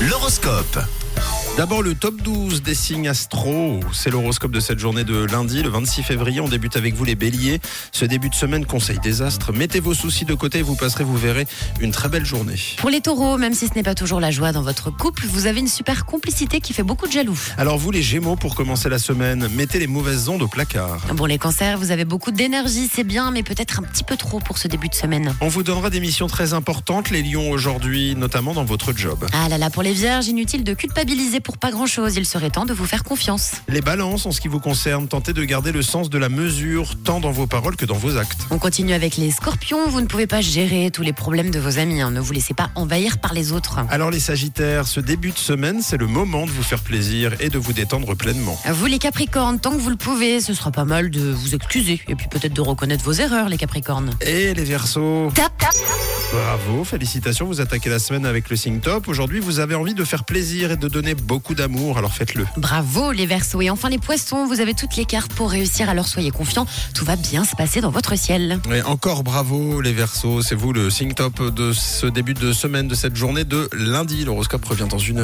l'horoscope. D'abord le top 12 des signes astro, c'est l'horoscope de cette journée de lundi, le 26 février. On débute avec vous les béliers. Ce début de semaine conseil des astres. Mettez vos soucis de côté et vous passerez, vous verrez, une très belle journée. Pour les taureaux, même si ce n'est pas toujours la joie dans votre couple, vous avez une super complicité qui fait beaucoup de jaloux. Alors vous les gémeaux, pour commencer la semaine, mettez les mauvaises ondes au placard. Pour les cancers, vous avez beaucoup d'énergie, c'est bien, mais peut-être un petit peu trop pour ce début de semaine. On vous donnera des missions très importantes, les lions, aujourd'hui, notamment dans votre job. Ah là là, pour les vierges, inutile de culpabiliser pour pas grand-chose, il serait temps de vous faire confiance. Les balances, en ce qui vous concerne, tentez de garder le sens de la mesure, tant dans vos paroles que dans vos actes. On continue avec les scorpions, vous ne pouvez pas gérer tous les problèmes de vos amis, hein. ne vous laissez pas envahir par les autres. Alors les sagittaires, ce début de semaine, c'est le moment de vous faire plaisir et de vous détendre pleinement. Vous les Capricornes, tant que vous le pouvez, ce sera pas mal de vous excuser et puis peut-être de reconnaître vos erreurs, les Capricornes. Et les versos Tap, tap. Bravo, félicitations, vous attaquez la semaine avec le signe top. Aujourd'hui, vous avez envie de faire plaisir et de donner beaucoup d'amour, alors faites-le. Bravo les Verseaux et enfin les Poissons, vous avez toutes les cartes pour réussir, alors soyez confiants, tout va bien se passer dans votre ciel. Et encore bravo les Verseaux, c'est vous le signe top de ce début de semaine, de cette journée de lundi. L'horoscope revient dans une heure.